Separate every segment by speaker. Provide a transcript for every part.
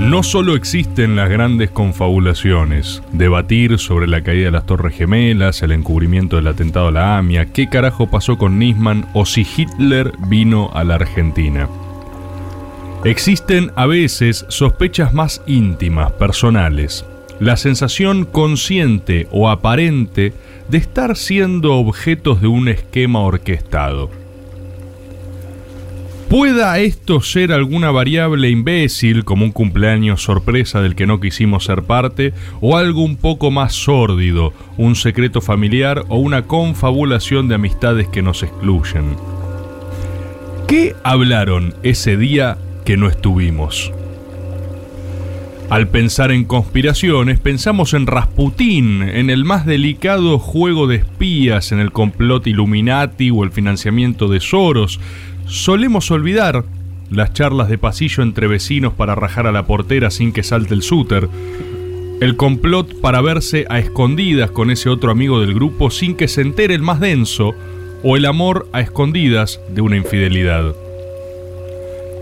Speaker 1: No solo existen las grandes confabulaciones, debatir sobre la caída de las Torres Gemelas, el encubrimiento del atentado a la AMIA, qué carajo pasó con Nisman o si Hitler vino a la Argentina. Existen a veces sospechas más íntimas, personales, la sensación consciente o aparente de estar siendo objetos de un esquema orquestado. Pueda esto ser alguna variable imbécil, como un cumpleaños sorpresa del que no quisimos ser parte, o algo un poco más sórdido, un secreto familiar o una confabulación de amistades que nos excluyen. ¿Qué hablaron ese día que no estuvimos? Al pensar en conspiraciones, pensamos en Rasputín, en el más delicado juego de espías, en el complot Illuminati o el financiamiento de Soros. Solemos olvidar las charlas de pasillo entre vecinos para rajar a la portera sin que salte el súter. El complot para verse a escondidas con ese otro amigo del grupo sin que se entere el más denso. O el amor a escondidas de una infidelidad.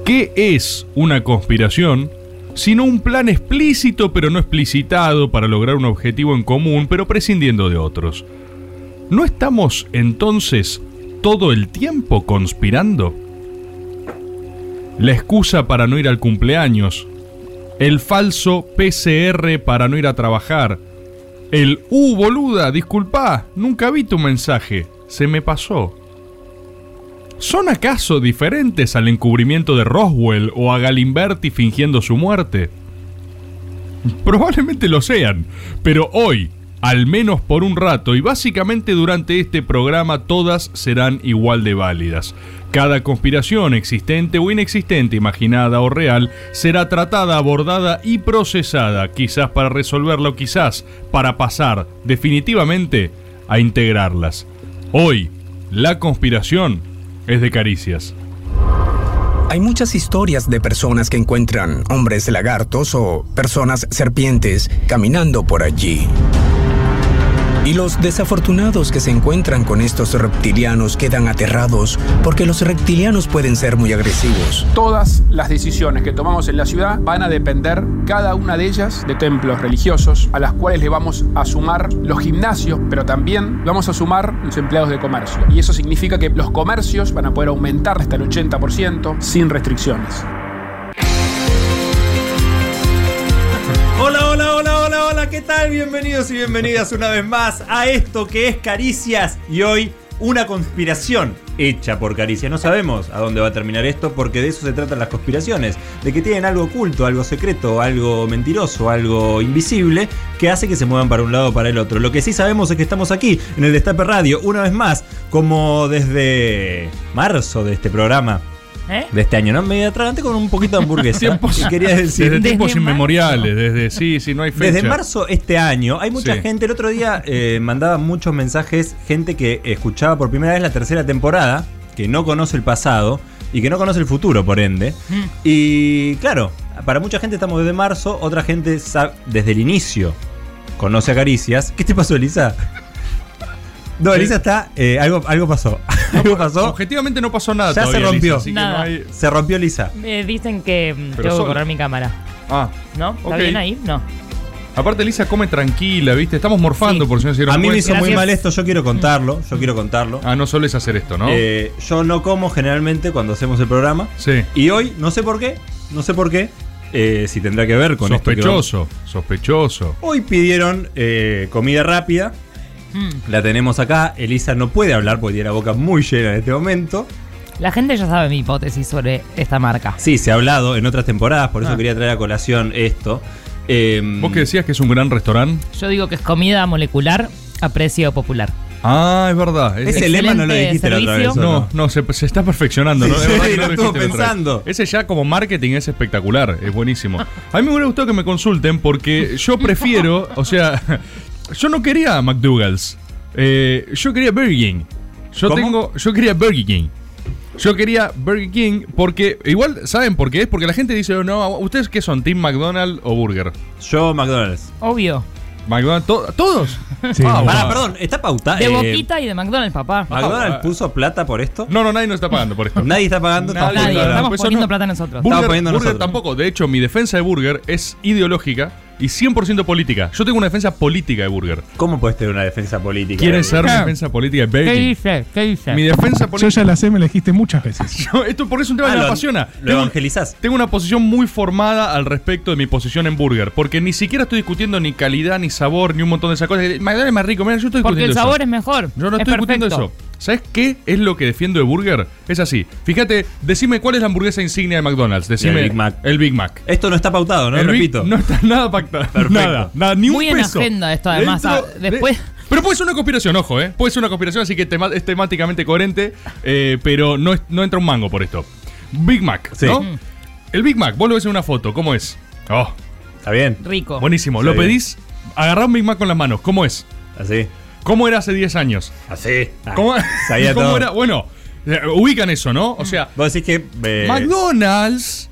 Speaker 1: ¿Qué es una conspiración? Sino un plan explícito pero no explicitado para lograr un objetivo en común pero prescindiendo de otros. ¿No estamos entonces todo el tiempo conspirando? La excusa para no ir al cumpleaños, el falso PCR para no ir a trabajar, el Uh, boluda, disculpa, nunca vi tu mensaje, se me pasó. ¿Son acaso diferentes al encubrimiento de Roswell o a Galimberti fingiendo su muerte? Probablemente lo sean, pero hoy, al menos por un rato y básicamente durante este programa, todas serán igual de válidas. Cada conspiración existente o inexistente, imaginada o real, será tratada, abordada y procesada, quizás para resolverlo, quizás para pasar definitivamente a integrarlas. Hoy, la conspiración es de caricias.
Speaker 2: Hay muchas historias de personas que encuentran hombres lagartos o personas serpientes caminando por allí. Y los desafortunados que se encuentran con estos reptilianos quedan aterrados porque los reptilianos pueden ser muy agresivos.
Speaker 3: Todas las decisiones que tomamos en la ciudad van a depender, cada una de ellas, de templos religiosos, a las cuales le vamos a sumar los gimnasios, pero también vamos a sumar los empleados de comercio. Y eso significa que los comercios van a poder aumentar hasta el 80% sin restricciones.
Speaker 4: Hola, hola, hola, hola, hola, ¿qué tal? Bienvenidos y bienvenidas una vez más a esto que es Caricias y hoy una conspiración hecha por Caricia. No sabemos a dónde va a terminar esto porque de eso se tratan las conspiraciones, de que tienen algo oculto, algo secreto, algo mentiroso, algo invisible que hace que se muevan para un lado o para el otro. Lo que sí sabemos es que estamos aquí en el Destape Radio una vez más, como desde marzo de este programa.
Speaker 5: ¿Eh?
Speaker 4: De este año, ¿no? Me atraganté con un poquito de hamburguesa. y quería decir.
Speaker 1: Desde tiempos
Speaker 5: marzo.
Speaker 1: inmemoriales, desde sí, sí, no hay fecha.
Speaker 4: Desde marzo este año hay mucha
Speaker 1: Sí.
Speaker 4: gente. El otro día eh, mandaba muchos mensajes gente que escuchaba por primera vez la tercera temporada, que no conoce el pasado y que no conoce el futuro, por ende.
Speaker 1: Mm.
Speaker 4: Y claro, para mucha gente estamos desde marzo, otra gente sa- desde el inicio conoce a Caricias. ¿Qué te pasó, Elisa? No,
Speaker 1: Sí.
Speaker 4: Elisa está. eh, algo, algo pasó. algo pasó.
Speaker 1: Objetivamente no pasó nada.
Speaker 4: Ya
Speaker 1: todavía,
Speaker 4: se rompió.
Speaker 1: Lisa, así que no
Speaker 5: Nada.
Speaker 1: hay-
Speaker 4: Se rompió Elisa.
Speaker 5: Me dicen que mm,
Speaker 1: Pero
Speaker 5: tengo
Speaker 1: sola.
Speaker 5: que correr mi cámara.
Speaker 1: Ah,
Speaker 5: ¿No? ¿Está
Speaker 1: Ok.
Speaker 5: bien ahí? No.
Speaker 1: aparte Lisa come tranquila, ¿viste? Estamos morfando
Speaker 5: Sí.
Speaker 1: por si no se dieron
Speaker 4: A mí me hizo
Speaker 1: cuenta.
Speaker 4: muy
Speaker 5: Gracias.
Speaker 4: mal esto, yo quiero contarlo. Yo quiero contarlo.
Speaker 1: Ah, no solo es hacer esto, ¿no?
Speaker 4: Eh, yo no como generalmente cuando hacemos el programa.
Speaker 1: sí.
Speaker 4: Y hoy, no sé por qué, no sé por qué, eh, si tendrá que ver con esto que vamos-
Speaker 1: Sospechoso, sospechoso.
Speaker 4: Hoy pidieron eh, comida rápida.
Speaker 5: Mm.
Speaker 4: La tenemos acá. Elisa no puede hablar porque tiene la boca muy llena en este momento.
Speaker 5: La gente ya sabe mi hipótesis sobre esta marca.
Speaker 4: Sí, se ha hablado en otras temporadas, por eso
Speaker 1: Ah.
Speaker 4: quería traer a colación esto. Eh,
Speaker 1: ¿Vos que decías que es un gran restaurante?
Speaker 5: Yo digo que es comida molecular a precio popular.
Speaker 1: Ah, es verdad. es-
Speaker 4: Ese lema no lo
Speaker 5: Excelente
Speaker 4: dijiste la otra
Speaker 5: servicio.
Speaker 4: vez. ¿o
Speaker 1: no, no, se, se está perfeccionando,
Speaker 4: Sí,
Speaker 1: ¿no? De
Speaker 4: sí,
Speaker 1: verdad que
Speaker 4: lo
Speaker 1: no
Speaker 4: estuve
Speaker 1: dijiste la otra vez.
Speaker 4: pensando.
Speaker 1: Ese ya como marketing es espectacular, es buenísimo. A mí me hubiera gustado que me consulten porque yo prefiero, o sea, yo no quería McDougall's. Eh, yo quería Burger King. Yo
Speaker 4: ¿Cómo?
Speaker 1: tengo, yo quería Burger King. Yo quería Burger King porque, igual, ¿saben por qué? Es porque la gente dice, no, ¿ustedes qué son? ¿Team McDonald's o Burger?
Speaker 4: Yo, McDonald's. Ah,
Speaker 5: Obvio.
Speaker 1: McDonald's, to- todos. Ah,
Speaker 6: Sí,
Speaker 1: Wow.
Speaker 6: no.
Speaker 4: Pará, perdón, está pauta.
Speaker 5: De
Speaker 4: eh,
Speaker 5: Boquita y de McDonald's, papá.
Speaker 4: ¿McDonald's puso plata por esto?
Speaker 1: No, no, nadie nos está pagando por esto.
Speaker 4: Nadie está pagando.
Speaker 1: Nadie,
Speaker 4: tampoco.
Speaker 5: Nadie,
Speaker 1: claro.
Speaker 5: estamos
Speaker 1: Pues eso
Speaker 5: poniendo
Speaker 1: no.
Speaker 5: plata nosotros.
Speaker 1: Burger,
Speaker 4: Estaba poniendo
Speaker 1: Burger
Speaker 4: nosotros.
Speaker 1: tampoco. De hecho, mi defensa de Burger es ideológica y 100% política. Yo tengo una defensa política de Burger.
Speaker 4: ¿Cómo puedes tener una defensa política? Eh,
Speaker 1: ¿Quieren
Speaker 4: David?
Speaker 1: ser mi defensa política de
Speaker 5: ¿Qué
Speaker 1: Baking?
Speaker 5: dice? ¿Qué dice?
Speaker 1: Mi defensa
Speaker 6: Yo
Speaker 1: política.
Speaker 6: ya la sé, me la dijiste muchas veces.
Speaker 1: Yo- esto porque es un tema
Speaker 4: Ah,
Speaker 1: que me
Speaker 4: lo-
Speaker 1: apasiona.
Speaker 4: Lo
Speaker 1: Tengo-
Speaker 4: evangelizás.
Speaker 1: Tengo una posición muy formada al respecto de mi posición en burger, porque ni siquiera estoy discutiendo ni calidad, ni sabor, ni un montón de esas cosas. McDonald's es más rico, mira, yo estoy
Speaker 5: Porque
Speaker 1: discutiendo
Speaker 5: el sabor
Speaker 1: eso.
Speaker 5: es mejor.
Speaker 1: Yo no
Speaker 5: es
Speaker 1: estoy discutiendo
Speaker 5: perfecto.
Speaker 1: eso. ¿Sabes qué es lo que defiendo de burger? Es así. Fíjate, decime cuál es la hamburguesa insignia de McDonald's. Decime
Speaker 4: El Big Mac.
Speaker 1: El Big Mac.
Speaker 4: Esto no está pautado, ¿no?
Speaker 1: El Big-
Speaker 4: Repito.
Speaker 1: No está nada pactado.
Speaker 4: Perfecto.
Speaker 1: Nada, nada, ni un
Speaker 5: Muy en
Speaker 1: peso.
Speaker 5: agenda esto, además,
Speaker 1: Dentro
Speaker 5: ah,
Speaker 1: de-
Speaker 5: después-
Speaker 1: Pero puede ser una conspiración, ojo, ¿eh? Puede ser una conspiración, así que tema- es temáticamente coherente, eh, pero no, es- no entra un mango por esto. Big Mac,
Speaker 4: Sí.
Speaker 1: ¿no?
Speaker 4: Mm.
Speaker 1: El Big Mac, vos lo ves en una foto, ¿cómo es? Oh,
Speaker 4: Está bien.
Speaker 5: Rico.
Speaker 1: buenísimo.
Speaker 4: Sí.
Speaker 1: Lo pedís, agarrá un Big Mac con las manos, ¿cómo es?
Speaker 4: Así.
Speaker 1: ¿Cómo era hace 10 años?
Speaker 4: Así. Ah,
Speaker 1: ¿Cómo,
Speaker 4: Sabía
Speaker 1: cómo
Speaker 4: todo.
Speaker 1: era? Bueno, eh, ubican eso, ¿no? O sea,
Speaker 4: Vos decís que. eh,
Speaker 1: McDonald's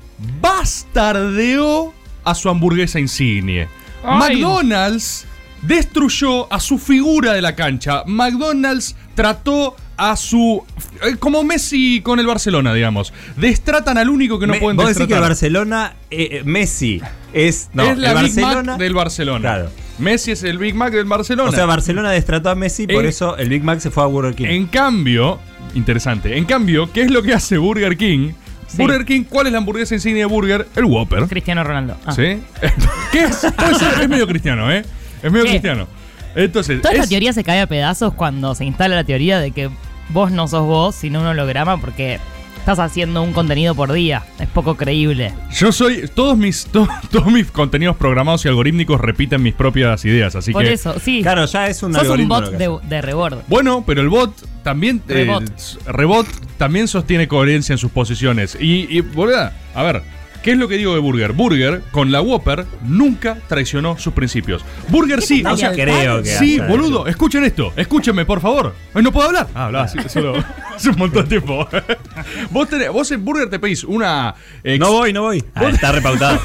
Speaker 1: bastardeó a su hamburguesa insigne.
Speaker 5: Ay.
Speaker 1: McDonald's destruyó a su figura de la cancha. McDonald's trató a su. eh, como Messi con el Barcelona, digamos. Destratan al único que no
Speaker 4: me-
Speaker 1: pueden
Speaker 4: Vos decís que el
Speaker 1: destratar.
Speaker 4: Barcelona. eh, eh, Messi es. No,
Speaker 1: es la
Speaker 4: el
Speaker 1: Big
Speaker 4: Barcelona.
Speaker 1: Mac del Barcelona.
Speaker 4: Claro.
Speaker 1: Messi es el Big Mac del Barcelona.
Speaker 4: o sea, Barcelona destrató a Messi, por
Speaker 1: En-
Speaker 4: eso el Big Mac se fue a Burger King.
Speaker 1: En cambio, interesante. En cambio, ¿qué es lo que hace Burger King? Burger King, ¿cuál es la hamburguesa insignia de Burger? El Whopper.
Speaker 5: Cristiano Ronaldo. Ah.
Speaker 1: ¿Sí? ¿Qué es? Puede ser, es medio cristiano, ¿eh? Es medio
Speaker 5: Sí.
Speaker 1: cristiano. Entonces,
Speaker 5: Toda esta
Speaker 1: es-
Speaker 5: teoría se cae a pedazos cuando se instala la teoría de que vos no sos vos, sino un holograma, porque estás haciendo un contenido por día. Es poco creíble.
Speaker 1: yo soy. Todos mis, to- todos mis contenidos programados y algorítmicos repiten mis propias ideas, así
Speaker 5: por
Speaker 1: que.
Speaker 5: eso, sí.
Speaker 4: Claro, ya es un
Speaker 5: sos un
Speaker 4: algoritmo
Speaker 5: bot
Speaker 4: lo que
Speaker 5: de, de rebord.
Speaker 1: Bueno, pero el bot también. eh,
Speaker 5: Rebot.
Speaker 1: s- rebot también sostiene coherencia en sus posiciones. Y, y boluda, a ver. ¿Qué es lo que digo de Burger? Burger, con la Whopper, nunca traicionó sus principios. Burger sí,
Speaker 4: No
Speaker 1: o sea,
Speaker 4: creo que.
Speaker 1: Sí,
Speaker 4: haya-
Speaker 1: boludo, escuchen esto, escúchenme, por favor. Ay, no puedo hablar. Ah, hablaba, sí, solo hace un montón de tiempo. vos, tenés- vos en Burger te pedís una. ex-
Speaker 4: No voy, no voy. Ah, está repautado.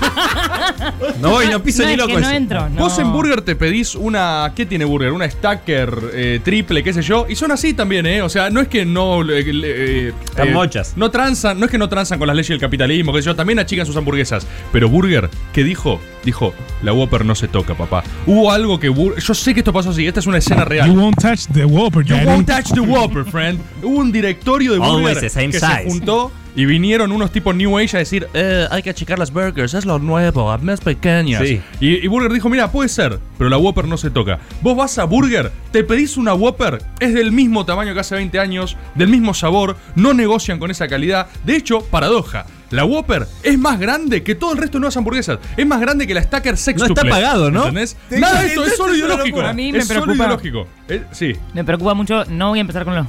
Speaker 4: no voy, no piso
Speaker 5: No,
Speaker 4: ni
Speaker 5: es
Speaker 4: loco.
Speaker 5: que no
Speaker 4: eso.
Speaker 5: entro. no.
Speaker 1: Vos en Burger te pedís una. ¿Qué tiene Burger? Una stacker eh, triple, qué sé yo. Y son así también, ¿eh? O sea, no es que no. le- le- eh,
Speaker 4: Están
Speaker 1: eh,
Speaker 4: mochas.
Speaker 1: No transan, no es que no transan con las leyes del capitalismo, qué sé yo. También achican sus hamburguesas. Pero Burger, ¿qué dijo? Dijo, la Whopper no se toca, papá. Hubo algo que. Bur- yo sé que esto pasó así, esta es una escena real.
Speaker 6: You won't touch the Whopper,
Speaker 1: You
Speaker 6: Daddy.
Speaker 1: won't touch the Whopper, friend. Hubo un directorio de
Speaker 4: Always
Speaker 1: Burger
Speaker 4: the same
Speaker 1: que se
Speaker 4: size.
Speaker 1: juntó y vinieron unos tipos New Age a decir, eh, hay que achicar las burgers, es lo nuevo, hazme más pequeñas.
Speaker 4: Sí.
Speaker 1: Y, y Burger dijo, mira, puede ser, pero la Whopper no se toca. Vos vas a Burger, te pedís una Whopper, es del mismo tamaño que hace 20 años, del mismo sabor, no negocian con esa calidad. De hecho, paradoja. La Whopper es más grande que todo el resto de nuevas hamburguesas. Es más grande que la Stacker
Speaker 4: está
Speaker 1: Sextuple.
Speaker 4: pagado, ¿no?
Speaker 1: ¿Entendés? Nada de esto, es solo
Speaker 4: Es una
Speaker 1: ideológico.
Speaker 5: locura. A mí me
Speaker 1: es solo
Speaker 5: preocupa.
Speaker 1: ideológico. Eh, sí.
Speaker 5: Me preocupa mucho, no voy a empezar con los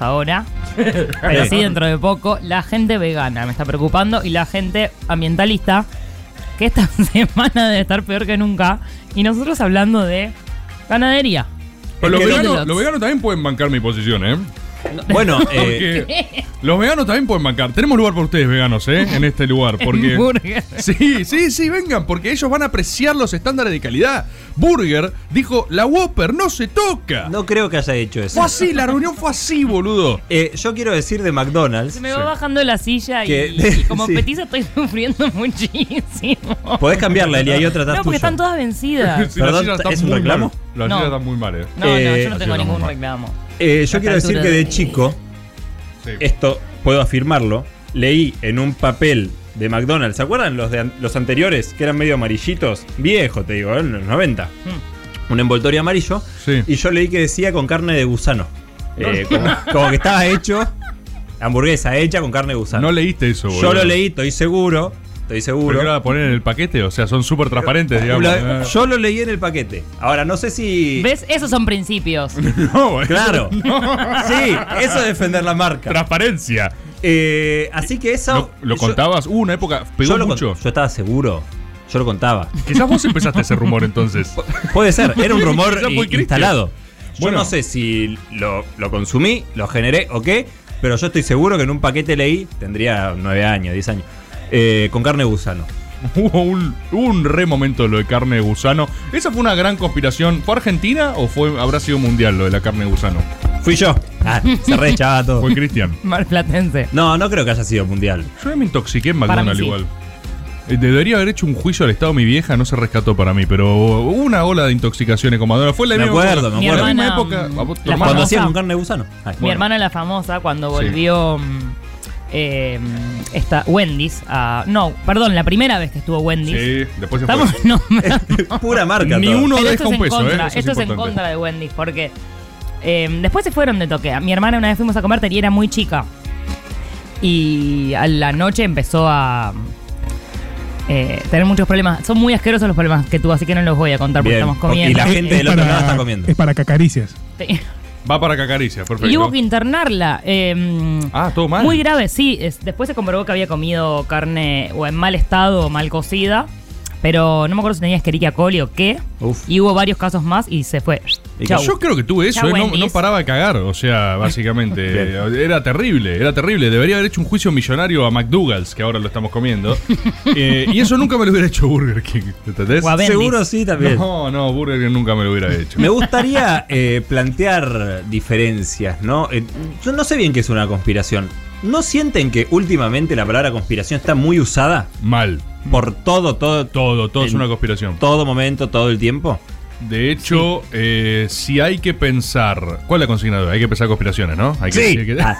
Speaker 5: ahora, pero sí dentro de poco. La gente vegana me está preocupando y la gente ambientalista, que esta semana debe estar peor que nunca. Y nosotros hablando de ganadería.
Speaker 1: Pero los
Speaker 5: Es que
Speaker 1: veganos,
Speaker 5: no-
Speaker 1: los veganos también pueden bancar mi posición, ¿eh?
Speaker 4: Bueno, eh,
Speaker 1: Porque los veganos también pueden bancar. Tenemos lugar para ustedes, veganos, ¿eh? En este lugar. Porque.
Speaker 5: Burger.
Speaker 1: Sí, sí, sí, vengan, porque ellos van a apreciar los estándares de calidad. Burger dijo: La Whopper no se toca.
Speaker 4: no creo que haya hecho eso.
Speaker 1: Fue así, la reunión fue así, boludo.
Speaker 4: Eh, yo quiero decir de McDonald's.
Speaker 5: Se me va bajando la silla y,
Speaker 4: Que-
Speaker 5: y como
Speaker 4: sí.
Speaker 5: petiza estoy sufriendo muchísimo.
Speaker 4: Podés cambiarla, Elia, hay otra
Speaker 5: No,
Speaker 4: atrás tuyo.
Speaker 5: porque están todas vencidas.
Speaker 1: la
Speaker 4: Perdón,
Speaker 1: silla está
Speaker 4: ¿es un
Speaker 1: muy
Speaker 4: reclamo?
Speaker 1: mal. La
Speaker 5: No.
Speaker 1: silla está muy mal, ¿eh.
Speaker 5: No, no,
Speaker 4: Eh,
Speaker 5: yo no tengo
Speaker 1: así no,
Speaker 5: ningún
Speaker 1: mamá.
Speaker 5: reclamo.
Speaker 4: Eh, yo
Speaker 5: Esta
Speaker 4: quiero decir
Speaker 5: altura
Speaker 4: que
Speaker 5: de-
Speaker 4: de chico,
Speaker 1: Sí.
Speaker 4: esto puedo afirmarlo, leí en un papel de McDonald's, ¿se acuerdan los, de, an- los anteriores que eran medio amarillitos? Viejo, te digo, en los 90. Un envoltorio amarillo.
Speaker 1: Hmm. Sí.
Speaker 4: Y yo leí que decía con carne de gusano. Eh, como, como que estaba hecho, hamburguesa hecha con carne de gusano.
Speaker 1: No leíste eso, boludo.
Speaker 4: yo lo leí, estoy seguro, estoy
Speaker 1: ¿Pero
Speaker 4: seguro.
Speaker 1: qué lo van a poner en el paquete? O sea, son súper transparentes, digamos. eh.
Speaker 4: Lo- yo lo leí en el paquete. Ahora, no sé si...
Speaker 5: ¿Ves? Esos son principios.
Speaker 1: No, eh. boludo.
Speaker 4: Claro. Sí, eso es defender la marca.
Speaker 1: Transparencia.
Speaker 4: Eh, así que eso.
Speaker 1: ¿Lo, lo
Speaker 4: yo-
Speaker 1: contabas? Hubo una época, pegó
Speaker 4: yo lo
Speaker 1: mucho.
Speaker 4: cont- yo estaba seguro. Yo lo contaba.
Speaker 1: Quizás vos empezaste ese rumor entonces.
Speaker 4: Puede ser, era un rumor
Speaker 1: Quizá
Speaker 4: i-
Speaker 1: fue Cristian.
Speaker 4: instalado. Yo
Speaker 1: Bueno.
Speaker 4: no sé si lo, lo consumí, lo generé o qué, pero yo estoy seguro que en un paquete leí, tendría 9 años, 10 años, eh, con carne de gusano.
Speaker 1: Hubo un, un re momento de lo de carne de gusano. Esa fue una gran conspiración. ¿Fue Argentina o fue habrá sido mundial lo de la carne de gusano?
Speaker 4: Fui yo. Ah, se re echaba todo.
Speaker 1: Fue Cristian.
Speaker 5: Marplatense.
Speaker 4: No, no creo que haya sido mundial.
Speaker 1: Yo me intoxiqué en
Speaker 5: Para mí
Speaker 1: McDonald's
Speaker 5: sí.
Speaker 1: igual. Eh, Debería haber hecho un juicio al Estado mi vieja, no se rescató para mí, pero hubo una ola de intoxicaciones con McDonald's. Fue la
Speaker 4: Me
Speaker 1: misma
Speaker 4: acuerdo,
Speaker 1: época.
Speaker 4: me
Speaker 1: La
Speaker 4: acuerdo.
Speaker 1: misma
Speaker 5: Mi
Speaker 1: época.
Speaker 5: hermana,
Speaker 1: ¿A vos- tu
Speaker 5: la
Speaker 1: hermana?
Speaker 4: Cuando
Speaker 5: famosa-
Speaker 4: hacían con carne de gusano. Ay,
Speaker 5: Mi
Speaker 1: Bueno.
Speaker 5: hermana la famosa cuando
Speaker 1: Sí.
Speaker 5: volvió mm, eh, mm, esta Wendy's a no, perdón, la primera vez que estuvo
Speaker 1: Sí,
Speaker 5: Wendy's.
Speaker 1: después se fue.
Speaker 5: Estamos no,
Speaker 4: Pura marca.
Speaker 1: Ni
Speaker 4: todo.
Speaker 1: uno
Speaker 5: pero
Speaker 1: deja
Speaker 5: esto es
Speaker 1: un
Speaker 5: en
Speaker 1: peso, ¿eh? Eso
Speaker 5: contra,
Speaker 1: es
Speaker 5: esto es en
Speaker 1: importante.
Speaker 5: contra de Wendy's porque eh, después se fueron de toque. A Mi hermana una vez fuimos a comer y era muy chica. Y a la noche empezó a eh, tener muchos problemas. Son muy asquerosos los problemas que tuvo, así que no los voy a contar porque
Speaker 4: Bien.
Speaker 5: estamos comiendo.
Speaker 4: Y la gente del otro lado está comiendo.
Speaker 6: Es para cacaricias.
Speaker 5: Sí.
Speaker 1: Va para Cacaricia,
Speaker 5: Y hubo
Speaker 1: perfecto.
Speaker 5: que internarla. eh,
Speaker 1: Ah, todo mal.
Speaker 5: Muy grave, sí. Es- después se comprobó que había comido carne o en mal estado o mal cocida. Pero no me acuerdo si tenía Escherichia coli o qué.
Speaker 4: Uf.
Speaker 5: Y hubo varios casos más y se fue.
Speaker 4: Y que
Speaker 5: Chau.
Speaker 1: Yo creo que tuve eso,
Speaker 5: Chau,
Speaker 1: eh, no,
Speaker 5: Wendy's.
Speaker 1: no paraba de cagar, o sea, básicamente. eh, era terrible, era terrible. Debería haber hecho un juicio millonario a McDougall's, que ahora lo estamos comiendo. Eh, y eso nunca me lo hubiera hecho Burger King, ¿entendés?
Speaker 5: O a Wendy's.
Speaker 4: Seguro sí también.
Speaker 1: No, no, Burger King nunca me lo hubiera hecho.
Speaker 4: Me gustaría eh, plantear diferencias, ¿no? Eh, yo no sé bien qué es una conspiración. ¿No sienten que últimamente la palabra conspiración está muy usada
Speaker 1: Mal.
Speaker 4: por todo, todo, todo,
Speaker 1: Todo, todo es
Speaker 4: En-
Speaker 1: una conspiración.
Speaker 4: todo momento, todo el tiempo?
Speaker 1: De hecho, eh, si hay que pensar. ¿Cuál es la consigna de hoy? Hay que pensar conspiraciones, ¿no? Hay que, hay que-
Speaker 4: Ah.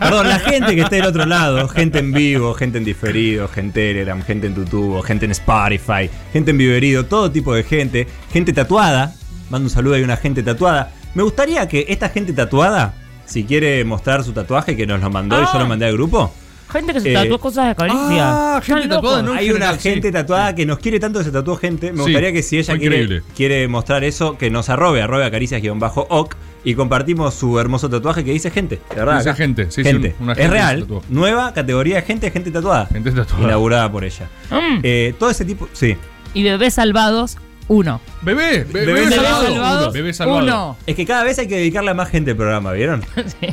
Speaker 4: Perdón, la gente que esté del otro lado, gente en vivo, gente en diferido, gente en Telegram, gente en Tutubo, gente en Spotify, gente en Viverido, todo tipo de gente, gente tatuada. Mando un saludo a una gente tatuada. Me gustaría que esta gente tatuada, si quiere mostrar su tatuaje que nos lo mandó y yo
Speaker 5: Ah.
Speaker 4: lo mandé al grupo.
Speaker 5: Gente que se
Speaker 4: Eh,
Speaker 5: tatuó cosas de Caricia.
Speaker 1: ah, gente
Speaker 5: Están locos.
Speaker 1: tatuada, ¿no?
Speaker 4: Hay
Speaker 1: general,
Speaker 4: una
Speaker 1: sí.
Speaker 4: gente tatuada que nos quiere tanto que se tatuó gente. Me
Speaker 1: Sí,
Speaker 4: gustaría que si ella
Speaker 1: fue
Speaker 4: quiere,
Speaker 1: increíble.
Speaker 4: quiere mostrar eso, que nos arrobe, arrobe a caricias-oc y compartimos su hermoso tatuaje que dice gente. De verdad,
Speaker 1: Dice
Speaker 4: acá.
Speaker 1: gente, sí, sí,
Speaker 4: gente.
Speaker 1: una
Speaker 4: es
Speaker 1: gente que se
Speaker 4: real.
Speaker 1: tatuó.
Speaker 4: Nueva categoría de gente, gente tatuada.
Speaker 1: Gente tatuada.
Speaker 4: Inaugurada por ella.
Speaker 5: Mm.
Speaker 4: Eh, todo ese tipo. Sí.
Speaker 5: Y bebés salvados, uno.
Speaker 1: Bebé, bebé,
Speaker 4: Bebé
Speaker 1: salvado.
Speaker 5: salvados,
Speaker 1: Bebé salvado.
Speaker 5: uno.
Speaker 4: Es que cada vez hay que dedicarle a más gente al programa, ¿vieron?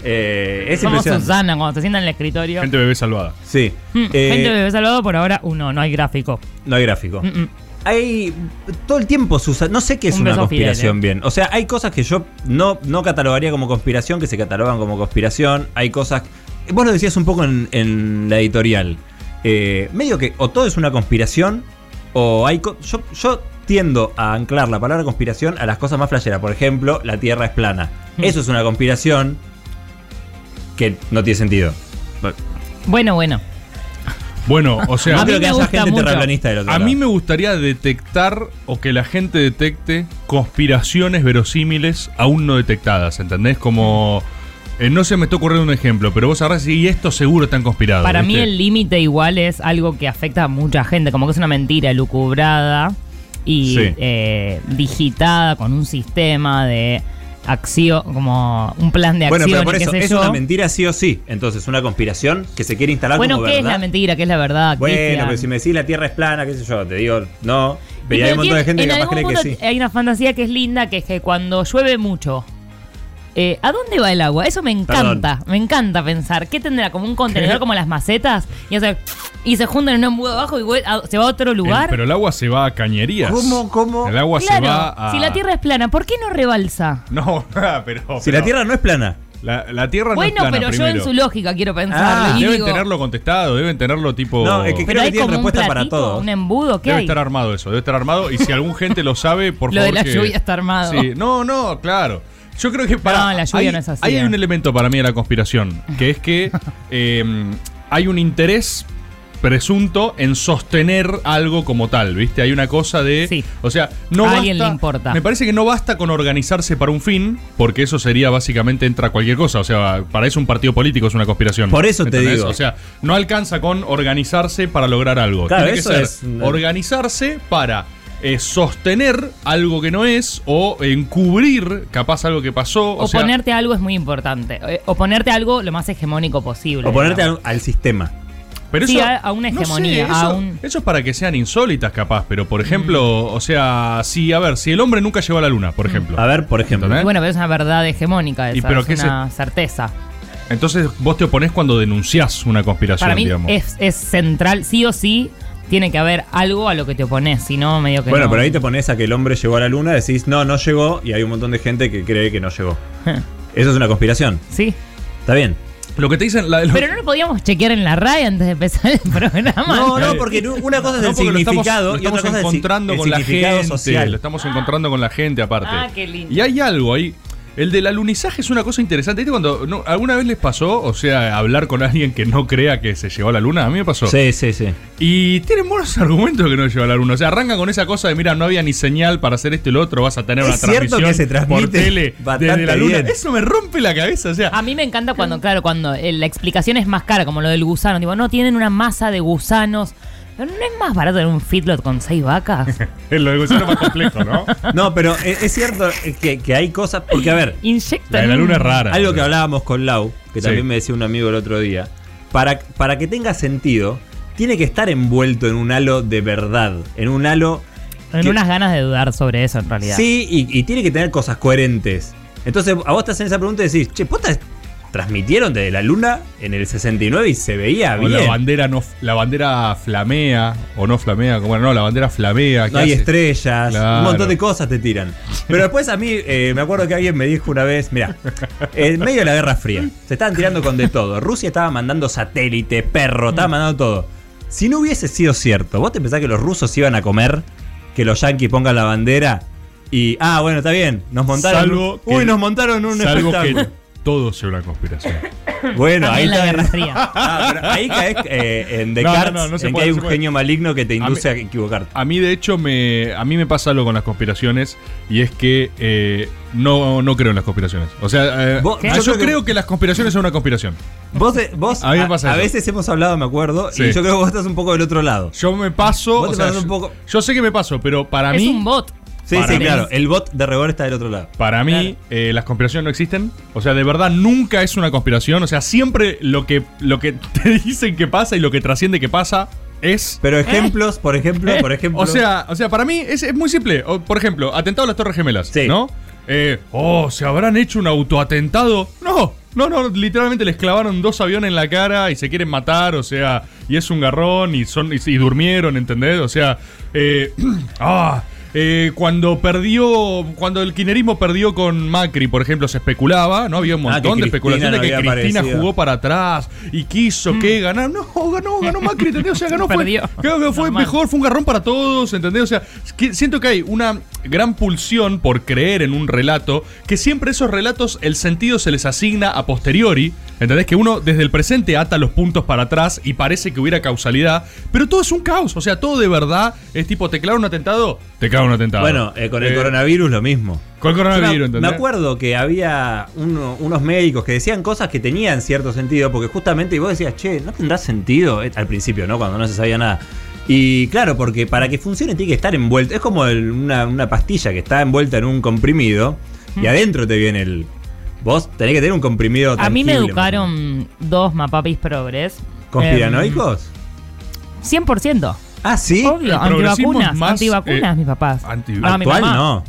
Speaker 4: Eh, es
Speaker 5: Somos
Speaker 4: impresionante.
Speaker 5: Susana cuando se sienta en el escritorio.
Speaker 1: Gente bebé salvada.
Speaker 4: Sí.
Speaker 5: Mm,
Speaker 4: Eh,
Speaker 5: gente de bebé salvado, por ahora uno, no hay gráfico.
Speaker 4: no hay gráfico.
Speaker 5: Mm, mm.
Speaker 4: Hay todo el tiempo se usa- no sé qué es
Speaker 5: Un
Speaker 4: una
Speaker 5: beso a Fidel,
Speaker 4: conspiración
Speaker 5: eh.
Speaker 4: bien. O sea, hay cosas que yo no, no catalogaría como conspiración, que se catalogan como conspiración. Hay cosas. Vos lo decías un poco en, en la editorial. Eh, medio que o todo es una conspiración, o hay. co- Yo, yo tiendo a anclar la palabra conspiración a las cosas más flasheras. Por ejemplo, la Tierra es plana.
Speaker 5: Mm.
Speaker 4: Eso es una conspiración que no tiene sentido.
Speaker 5: Bueno, bueno.
Speaker 1: Bueno, o sea,
Speaker 4: No
Speaker 5: mí
Speaker 4: creo que
Speaker 5: me
Speaker 4: haya
Speaker 5: gusta
Speaker 4: gente
Speaker 5: mucho.
Speaker 4: terraplanista del otro
Speaker 1: A
Speaker 4: lado.
Speaker 1: mí me gustaría detectar o que la gente detecte conspiraciones verosímiles aún no detectadas, ¿entendés? Como... eh, no se me está ocurriendo un ejemplo, pero vos sabrás si esto seguro está conspirado.
Speaker 5: Para mí
Speaker 1: ¿viste?
Speaker 5: el límite igual es algo que afecta a mucha gente, como que es una mentira lucubrada y
Speaker 1: Sí.
Speaker 5: eh, digitada con un sistema de acción, como un plan de
Speaker 4: Bueno,
Speaker 5: acción.
Speaker 4: pero por eso, es una
Speaker 5: mentira.
Speaker 4: mentira sí o sí. Entonces, una conspiración que se quiere instalar
Speaker 5: Bueno,
Speaker 4: como
Speaker 5: ¿qué es
Speaker 4: verdad.
Speaker 5: la mentira? ¿Qué es la verdad?
Speaker 4: Bueno,
Speaker 5: Cristian?
Speaker 4: pero si me decís la Tierra es plana, qué sé yo, te digo, no.
Speaker 5: Y
Speaker 4: Pero hay un montón de
Speaker 5: tiene-
Speaker 4: gente que
Speaker 5: en
Speaker 4: capaz
Speaker 5: algún
Speaker 4: cree que
Speaker 5: punto
Speaker 4: sí.
Speaker 5: Hay una fantasía que es linda, que es que cuando llueve mucho. eh, ¿A dónde va el agua? Eso me encanta, me encanta pensar. ¿Qué tendrá? ¿Como un contenedor como las macetas? Y, hace- y se juntan en un embudo abajo y hue- a- se va a otro
Speaker 1: El-
Speaker 5: lugar.
Speaker 1: pero el agua se va a cañerías.
Speaker 4: ¿Cómo, cómo?
Speaker 1: El agua
Speaker 5: Claro,
Speaker 1: se va a...
Speaker 5: si la Tierra es plana, ¿por qué no rebalsa?
Speaker 1: No, pero...
Speaker 4: Si
Speaker 1: pero-
Speaker 4: la Tierra no es plana.
Speaker 1: La, la Tierra
Speaker 5: bueno,
Speaker 1: no es plana,
Speaker 5: pero yo en
Speaker 1: primero.
Speaker 5: su lógica quiero pensar.
Speaker 4: Ah,
Speaker 5: y
Speaker 1: Deben
Speaker 5: digo,
Speaker 1: tenerlo contestado, deben tenerlo tipo...
Speaker 4: No, es que-
Speaker 5: pero
Speaker 4: creo
Speaker 5: hay
Speaker 4: tiene
Speaker 5: como un
Speaker 4: respuesta para
Speaker 5: platito,
Speaker 4: todo.
Speaker 5: un embudo, ¿qué
Speaker 1: Debe
Speaker 5: hay?
Speaker 1: estar armado eso, debe estar armado. Y si algún gente lo sabe, por
Speaker 5: Lo de
Speaker 1: favor.
Speaker 5: la
Speaker 1: que-
Speaker 5: lluvia está armado.
Speaker 1: Sí, no, no, claro. Yo creo que para.
Speaker 5: No, la lluvia
Speaker 1: hay,
Speaker 5: no es así,
Speaker 1: Hay
Speaker 5: eh.
Speaker 1: un elemento para mí de la conspiración, que es que eh, hay un interés presunto en sostener algo como tal, ¿viste? Hay una cosa de...
Speaker 5: Sí.
Speaker 1: O sea, no
Speaker 5: A alguien
Speaker 1: basta-
Speaker 5: le importa.
Speaker 1: Me parece que no basta con organizarse para un fin, porque eso sería básicamente entra cualquier cosa. O sea, para eso un partido político es una conspiración.
Speaker 4: Por eso te digo.
Speaker 1: O sea, no alcanza con organizarse para lograr algo.
Speaker 4: Claro,
Speaker 1: Tiene que
Speaker 4: eso
Speaker 1: ser
Speaker 4: es- eh,
Speaker 1: organizarse para eh, sostener algo que no es o encubrir capaz algo que pasó. O, sea,
Speaker 5: Oponerte a algo es muy importante. Eh, Oponerte a algo lo más hegemónico posible.
Speaker 4: O ponerte
Speaker 5: digamos.
Speaker 4: al, al sistema.
Speaker 1: pero
Speaker 5: sí, a- a una
Speaker 1: no sé,
Speaker 5: hegemonía, a
Speaker 1: eso,
Speaker 5: un- Mm.
Speaker 1: eso es para que sean insólitas capaz, pero por ejemplo, o sea, si, a ver, si el hombre nunca llegó a la luna, por ejemplo.
Speaker 4: A ver, por ejemplo.
Speaker 1: ¿Entendés?
Speaker 5: Y bueno, pero es una verdad hegemónica esa,
Speaker 1: Y pero
Speaker 5: es
Speaker 1: qué se-
Speaker 5: una certeza.
Speaker 1: Entonces vos te oponés cuando denunciás una conspiración,
Speaker 5: Para mí
Speaker 1: digamos.
Speaker 5: es, es central, sí o sí, tiene que haber algo a lo que te opones, si no, medio que
Speaker 4: Bueno,
Speaker 5: no.
Speaker 4: pero ahí te pones a que el hombre llegó a la luna, decís, no, no llegó, y hay un montón de gente que cree que no llegó. Eso es una conspiración.
Speaker 5: Sí.
Speaker 4: Está bien.
Speaker 1: Lo que te dicen. La, lo-
Speaker 5: Pero no lo podíamos chequear en la RAE antes de empezar el programa.
Speaker 4: No, no, porque nu- una cosa es
Speaker 1: No,
Speaker 4: el
Speaker 1: porque lo estamos,
Speaker 4: significado
Speaker 1: lo
Speaker 4: y otra
Speaker 1: estamos
Speaker 4: cosa es el si-
Speaker 1: encontrando
Speaker 4: el
Speaker 1: con la
Speaker 4: significado
Speaker 1: gente. Lo
Speaker 4: social.
Speaker 1: estamos encontrando con la gente aparte.
Speaker 5: Ah, qué lindo.
Speaker 1: Y hay algo ahí. El del alunizaje es una cosa interesante. ¿Viste cuando no, alguna vez les pasó? O sea, hablar con alguien que no crea que se llegó a la luna. A mí me pasó.
Speaker 4: Sí, sí, sí.
Speaker 1: Y tienen buenos argumentos que no llegó a la luna. O sea, arrancan con esa cosa de, mira, no había ni señal para hacer esto y lo otro. Vas a tener
Speaker 4: Es
Speaker 1: una
Speaker 4: cierto
Speaker 1: transmisión
Speaker 4: que se transmite
Speaker 1: por tele desde
Speaker 4: bastante
Speaker 1: la luna.
Speaker 4: bien. Ah.
Speaker 1: Eso me rompe la cabeza. O sea,
Speaker 5: A mí me encanta cuando, claro, cuando eh, la explicación es más cara, como lo del gusano. Digo, no, tienen una masa de gusanos. Pero no es más barato tener un feedlot con seis vacas.
Speaker 1: lo de gusano es más complejo, ¿no?
Speaker 4: No, pero es, es cierto eh, que, que hay cosas. Porque, a ver,
Speaker 5: Inyecta.
Speaker 1: La de la luna es rara.
Speaker 4: algo que hablábamos con Lau, que
Speaker 1: Sí.
Speaker 4: también me decía un amigo el otro día, para, para que tenga sentido, tiene que estar envuelto en un halo de verdad, en un halo.
Speaker 5: En
Speaker 4: que-
Speaker 5: unas ganas de dudar sobre eso, en realidad.
Speaker 4: Sí, y, y tiene que tener cosas coherentes. Entonces, a vos te hacen esa pregunta y decís, che, ¿posta transmitieron desde la luna en el 69 y se veía
Speaker 1: O la
Speaker 4: bien?
Speaker 1: bandera no la bandera flamea o no flamea, como no, la bandera flamea, ¿qué
Speaker 4: No hay
Speaker 1: hace?
Speaker 4: estrellas,
Speaker 1: Claro.
Speaker 4: un montón de cosas te tiran. Pero después a mí, eh, me acuerdo que alguien me dijo una vez, mira, en medio de la Guerra Fría, se estaban tirando con de todo. Rusia estaba mandando satélites, perro, estaba mandando todo. Si no hubiese sido cierto, ¿vos te pensás que los rusos iban a comer? Que los yanquis pongan la bandera y, ah, bueno, está bien, nos montaron...
Speaker 1: Salvo
Speaker 4: uy,
Speaker 1: que-
Speaker 4: nos montaron un
Speaker 1: Salvo que
Speaker 4: espectáculo.
Speaker 1: todo sea una conspiración.
Speaker 4: Bueno,
Speaker 5: También
Speaker 4: ahí
Speaker 5: la
Speaker 4: está-
Speaker 5: Guerra Fría.
Speaker 4: Ah, pero ahí caes eh, en
Speaker 1: No, no,
Speaker 4: Descartes,
Speaker 1: no, no se
Speaker 4: en
Speaker 1: puede,
Speaker 4: que hay
Speaker 1: no se
Speaker 4: un
Speaker 1: puede.
Speaker 4: genio maligno que te
Speaker 1: mí-
Speaker 4: induce a, equivocarte.
Speaker 1: A mí de hecho me a mí me pasa algo con las conspiraciones y es que eh, no, no creo en las conspiraciones. O sea, eh,
Speaker 4: Vos- ¿Qué?
Speaker 1: yo,
Speaker 4: yo
Speaker 1: creo que...
Speaker 4: creo
Speaker 1: las conspiraciones son una conspiración.
Speaker 4: Vos, eh, vos
Speaker 1: A
Speaker 4: a,
Speaker 1: mí me pasa
Speaker 4: a
Speaker 1: eso.
Speaker 4: veces hemos hablado, me acuerdo,
Speaker 1: Sí.
Speaker 4: y yo creo que vos estás un poco del otro lado.
Speaker 1: Yo me paso,
Speaker 4: Vos
Speaker 1: o
Speaker 4: te
Speaker 1: sea,
Speaker 4: pasás
Speaker 1: yo,
Speaker 4: un poco-
Speaker 1: yo sé que me paso, pero para
Speaker 5: Es
Speaker 1: mí
Speaker 5: un bot.
Speaker 4: Sí,
Speaker 1: Para
Speaker 4: sí,
Speaker 1: mí.
Speaker 4: claro. El bot de rigor está del otro lado.
Speaker 1: Para mí, eh, las conspiraciones no existen. O sea, de verdad nunca es una conspiración. O sea, siempre lo que, lo que te dicen que pasa y lo que trasciende que pasa es.
Speaker 4: Pero ejemplos, por ejemplo, por ejemplo.
Speaker 1: ¿Eh? O sea, o sea, para mí es, es muy simple. O, por ejemplo, atentado a las Torres Gemelas,
Speaker 4: Sí.
Speaker 1: ¿no? Eh, oh, ¿se habrán hecho un autoatentado? No, no, no, literalmente les clavaron dos aviones en la cara y se quieren matar, o sea, y es un garrón y son y, y durmieron, ¿entendés? O sea, eh, ah, eh, cuando perdió, cuando el kinerismo perdió con Macri, por ejemplo, se especulaba, ¿no? Había un
Speaker 4: Ah, que
Speaker 1: montón de
Speaker 4: Cristina
Speaker 1: especulación de
Speaker 4: no
Speaker 1: que
Speaker 4: había
Speaker 1: Cristina
Speaker 4: aparecido.
Speaker 1: jugó para atrás y quiso que ganara. No, ganó, ganó Macri, ¿entendés? O sea, ganó, fue,
Speaker 5: Mm. Perdió.
Speaker 1: ganó, fue
Speaker 5: Normal.
Speaker 1: mejor fue un garrón para todos, ¿entendés? O sea, es que siento que hay una gran pulsión por creer en un relato, que siempre esos relatos el sentido se les asigna a posteriori, ¿entendés? Que uno desde el presente ata los puntos para atrás y parece que hubiera causalidad, pero todo es un caos, o sea, todo de verdad es tipo, ¿te clava un atentado? Te clava un atentado.
Speaker 4: bueno, eh, con el
Speaker 1: Eh,
Speaker 4: coronavirus lo mismo.
Speaker 1: Con el
Speaker 4: Yo me-
Speaker 1: coronavirus,
Speaker 4: Me
Speaker 1: ¿entendés?
Speaker 4: acuerdo que había uno- unos médicos que decían cosas que tenían cierto sentido, porque justamente vos decías, che, no tendrá sentido eh, al principio, ¿no? Cuando no se sabía nada. Y claro, porque para que funcione tiene que estar envuelto. Es como el- una, una pastilla que está envuelta en un comprimido
Speaker 5: Mm.
Speaker 4: y adentro te viene el. Vos tenés que tener un comprimido
Speaker 5: A mí
Speaker 4: tangible,
Speaker 5: me
Speaker 4: más
Speaker 5: educaron em, dos mapapis progres.
Speaker 4: o menos. ¿Conspiranoicos?
Speaker 5: Em, 100%.
Speaker 4: ah, sí.
Speaker 5: Obvio,
Speaker 1: El progresismo es
Speaker 5: antivacunas,
Speaker 1: más,
Speaker 5: antivacunas,
Speaker 1: eh,
Speaker 5: mis papás.
Speaker 1: anti-
Speaker 5: Ah, mi
Speaker 4: Actual
Speaker 5: mamá.
Speaker 4: no.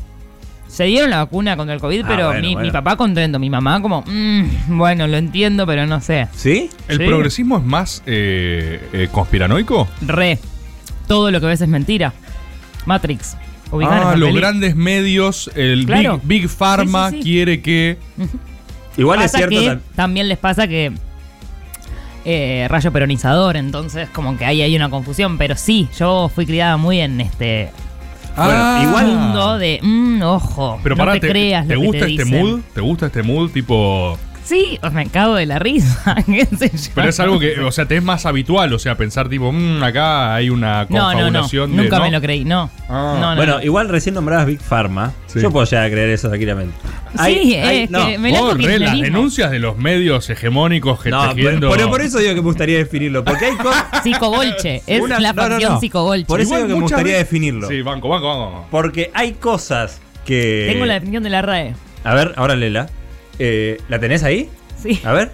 Speaker 5: Se dieron la vacuna contra el COVID,
Speaker 4: Ah,
Speaker 5: pero
Speaker 4: bueno,
Speaker 5: mi,
Speaker 4: bueno.
Speaker 5: mi papá contento, mi mamá como, "Mm, bueno, lo entiendo, pero no sé.
Speaker 4: ¿Sí?
Speaker 1: ¿El
Speaker 5: Sí.
Speaker 1: progresismo es más eh, eh, conspiranoico?
Speaker 5: Re, todo lo que ves es mentira. Matrix. ubicar
Speaker 1: Ah, los grandes medios, el
Speaker 5: Claro.
Speaker 1: Big, Big Pharma
Speaker 5: Sí, sí, sí.
Speaker 1: quiere que...
Speaker 4: Igual es cierto.
Speaker 5: que
Speaker 4: tam-
Speaker 5: también les pasa que eh, rayo peronizador, entonces como que ahí hay una confusión, pero sí, yo fui criada muy en este
Speaker 1: Ah.
Speaker 5: mundo de, mm, ojo,
Speaker 1: Pero
Speaker 5: no
Speaker 1: pará,
Speaker 5: te,
Speaker 1: te,
Speaker 5: creas
Speaker 1: te
Speaker 5: lo
Speaker 1: gusta
Speaker 5: que te
Speaker 1: este
Speaker 5: dicen.
Speaker 1: mood? ¿Te gusta este mood tipo...?
Speaker 5: Sí, o me cago de la risa, qué sé yo.
Speaker 1: Pero es algo que, o sea, te es más habitual, o sea, pensar tipo, "Mm, acá hay una
Speaker 5: No, no, no,
Speaker 1: confabulación de...
Speaker 5: nunca
Speaker 1: ¿no?
Speaker 5: me lo creí, no.
Speaker 1: Ah.
Speaker 5: No, no,
Speaker 4: Bueno,
Speaker 5: no.
Speaker 4: igual recién nombrabas Big Pharma.
Speaker 1: Sí.
Speaker 4: Yo puedo llegar a creer eso tranquilamente.
Speaker 5: Sí,
Speaker 4: Hay-
Speaker 5: es
Speaker 4: hay-
Speaker 5: que
Speaker 4: no.
Speaker 5: me lanzo
Speaker 1: Vos, Oh, re, las
Speaker 5: kirchnerismo.
Speaker 1: denuncias de los medios hegemónicos que
Speaker 4: No,
Speaker 1: te
Speaker 4: pero, pero por eso digo que me gustaría definirlo. Porque hay cosas.
Speaker 5: Psicobolche, es
Speaker 4: Una-
Speaker 5: la
Speaker 4: no, no,
Speaker 5: pasión
Speaker 4: no.
Speaker 5: psicobolche.
Speaker 4: Por eso digo que me gustaría definirlo.
Speaker 1: Sí, banco, banco, banco.
Speaker 4: Porque hay cosas
Speaker 1: Eh,
Speaker 4: que.
Speaker 5: Tengo la definición de la RAE.
Speaker 4: A ver, ahora Lela. Eh, ¿La tenés ahí?
Speaker 5: Sí.
Speaker 1: Ah.
Speaker 4: A ver.